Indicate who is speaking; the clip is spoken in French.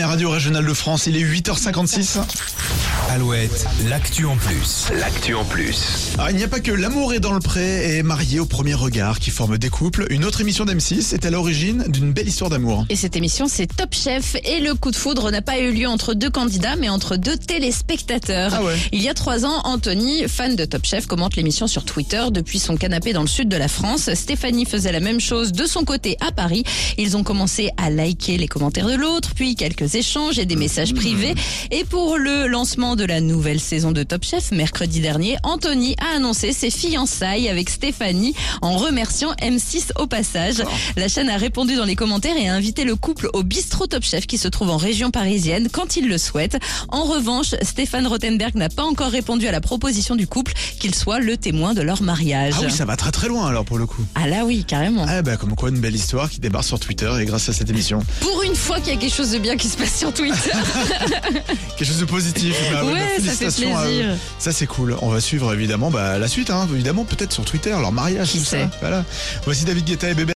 Speaker 1: radio régionale de France, il est 8h56.
Speaker 2: Alouette, l'actu en plus.
Speaker 3: L'actu en plus.
Speaker 1: Ah, il n'y a pas que L'amour est dans le pré et Marié au premier regard qui forment des couples. Une autre émission d'M6 est à l'origine d'une belle histoire d'amour.
Speaker 4: Et cette émission, c'est Top Chef. Et le coup de foudre n'a pas eu lieu entre deux candidats, mais entre deux téléspectateurs.
Speaker 1: Ah ouais.
Speaker 4: Il y a trois ans, Anthony, fan de Top Chef, commente l'émission sur Twitter depuis son canapé dans le sud de la France. Stéphanie faisait la même chose de son côté à Paris. Ils ont commencé à liker les commentaires de l'autre, puis quelques échanges et des messages privés. Et pour le lancement de la nouvelle saison de Top Chef, mercredi dernier, Anthony a annoncé ses fiançailles avec Stéphanie en remerciant M6 au passage. La chaîne a répondu dans les commentaires et a invité le couple au bistrot Top Chef qui se trouve en région parisienne quand il le souhaite. En revanche, Stéphane Rothenberg n'a pas encore répondu à la proposition du couple qu'il soit le témoin de leur mariage.
Speaker 1: Ah oui, ça va très très loin alors pour le coup.
Speaker 4: Ah là oui, carrément.
Speaker 1: Ah bah comme quoi une belle histoire qui débarque sur Twitter et grâce à cette émission.
Speaker 4: Pour une fois qu'il y a quelque chose de bien qui se passe sur Twitter.
Speaker 1: Quelque chose de positif. Bah,
Speaker 4: Ouais,
Speaker 1: bah,
Speaker 4: ça fait
Speaker 1: félicitations à
Speaker 4: plaisir.
Speaker 1: eux. Ça c'est cool. On va suivre évidemment bah, la suite, hein. évidemment peut-être sur Twitter, leur mariage,
Speaker 4: Qui
Speaker 1: tout ça.
Speaker 4: sait
Speaker 1: Voilà. Voici David Guetta et Bébé.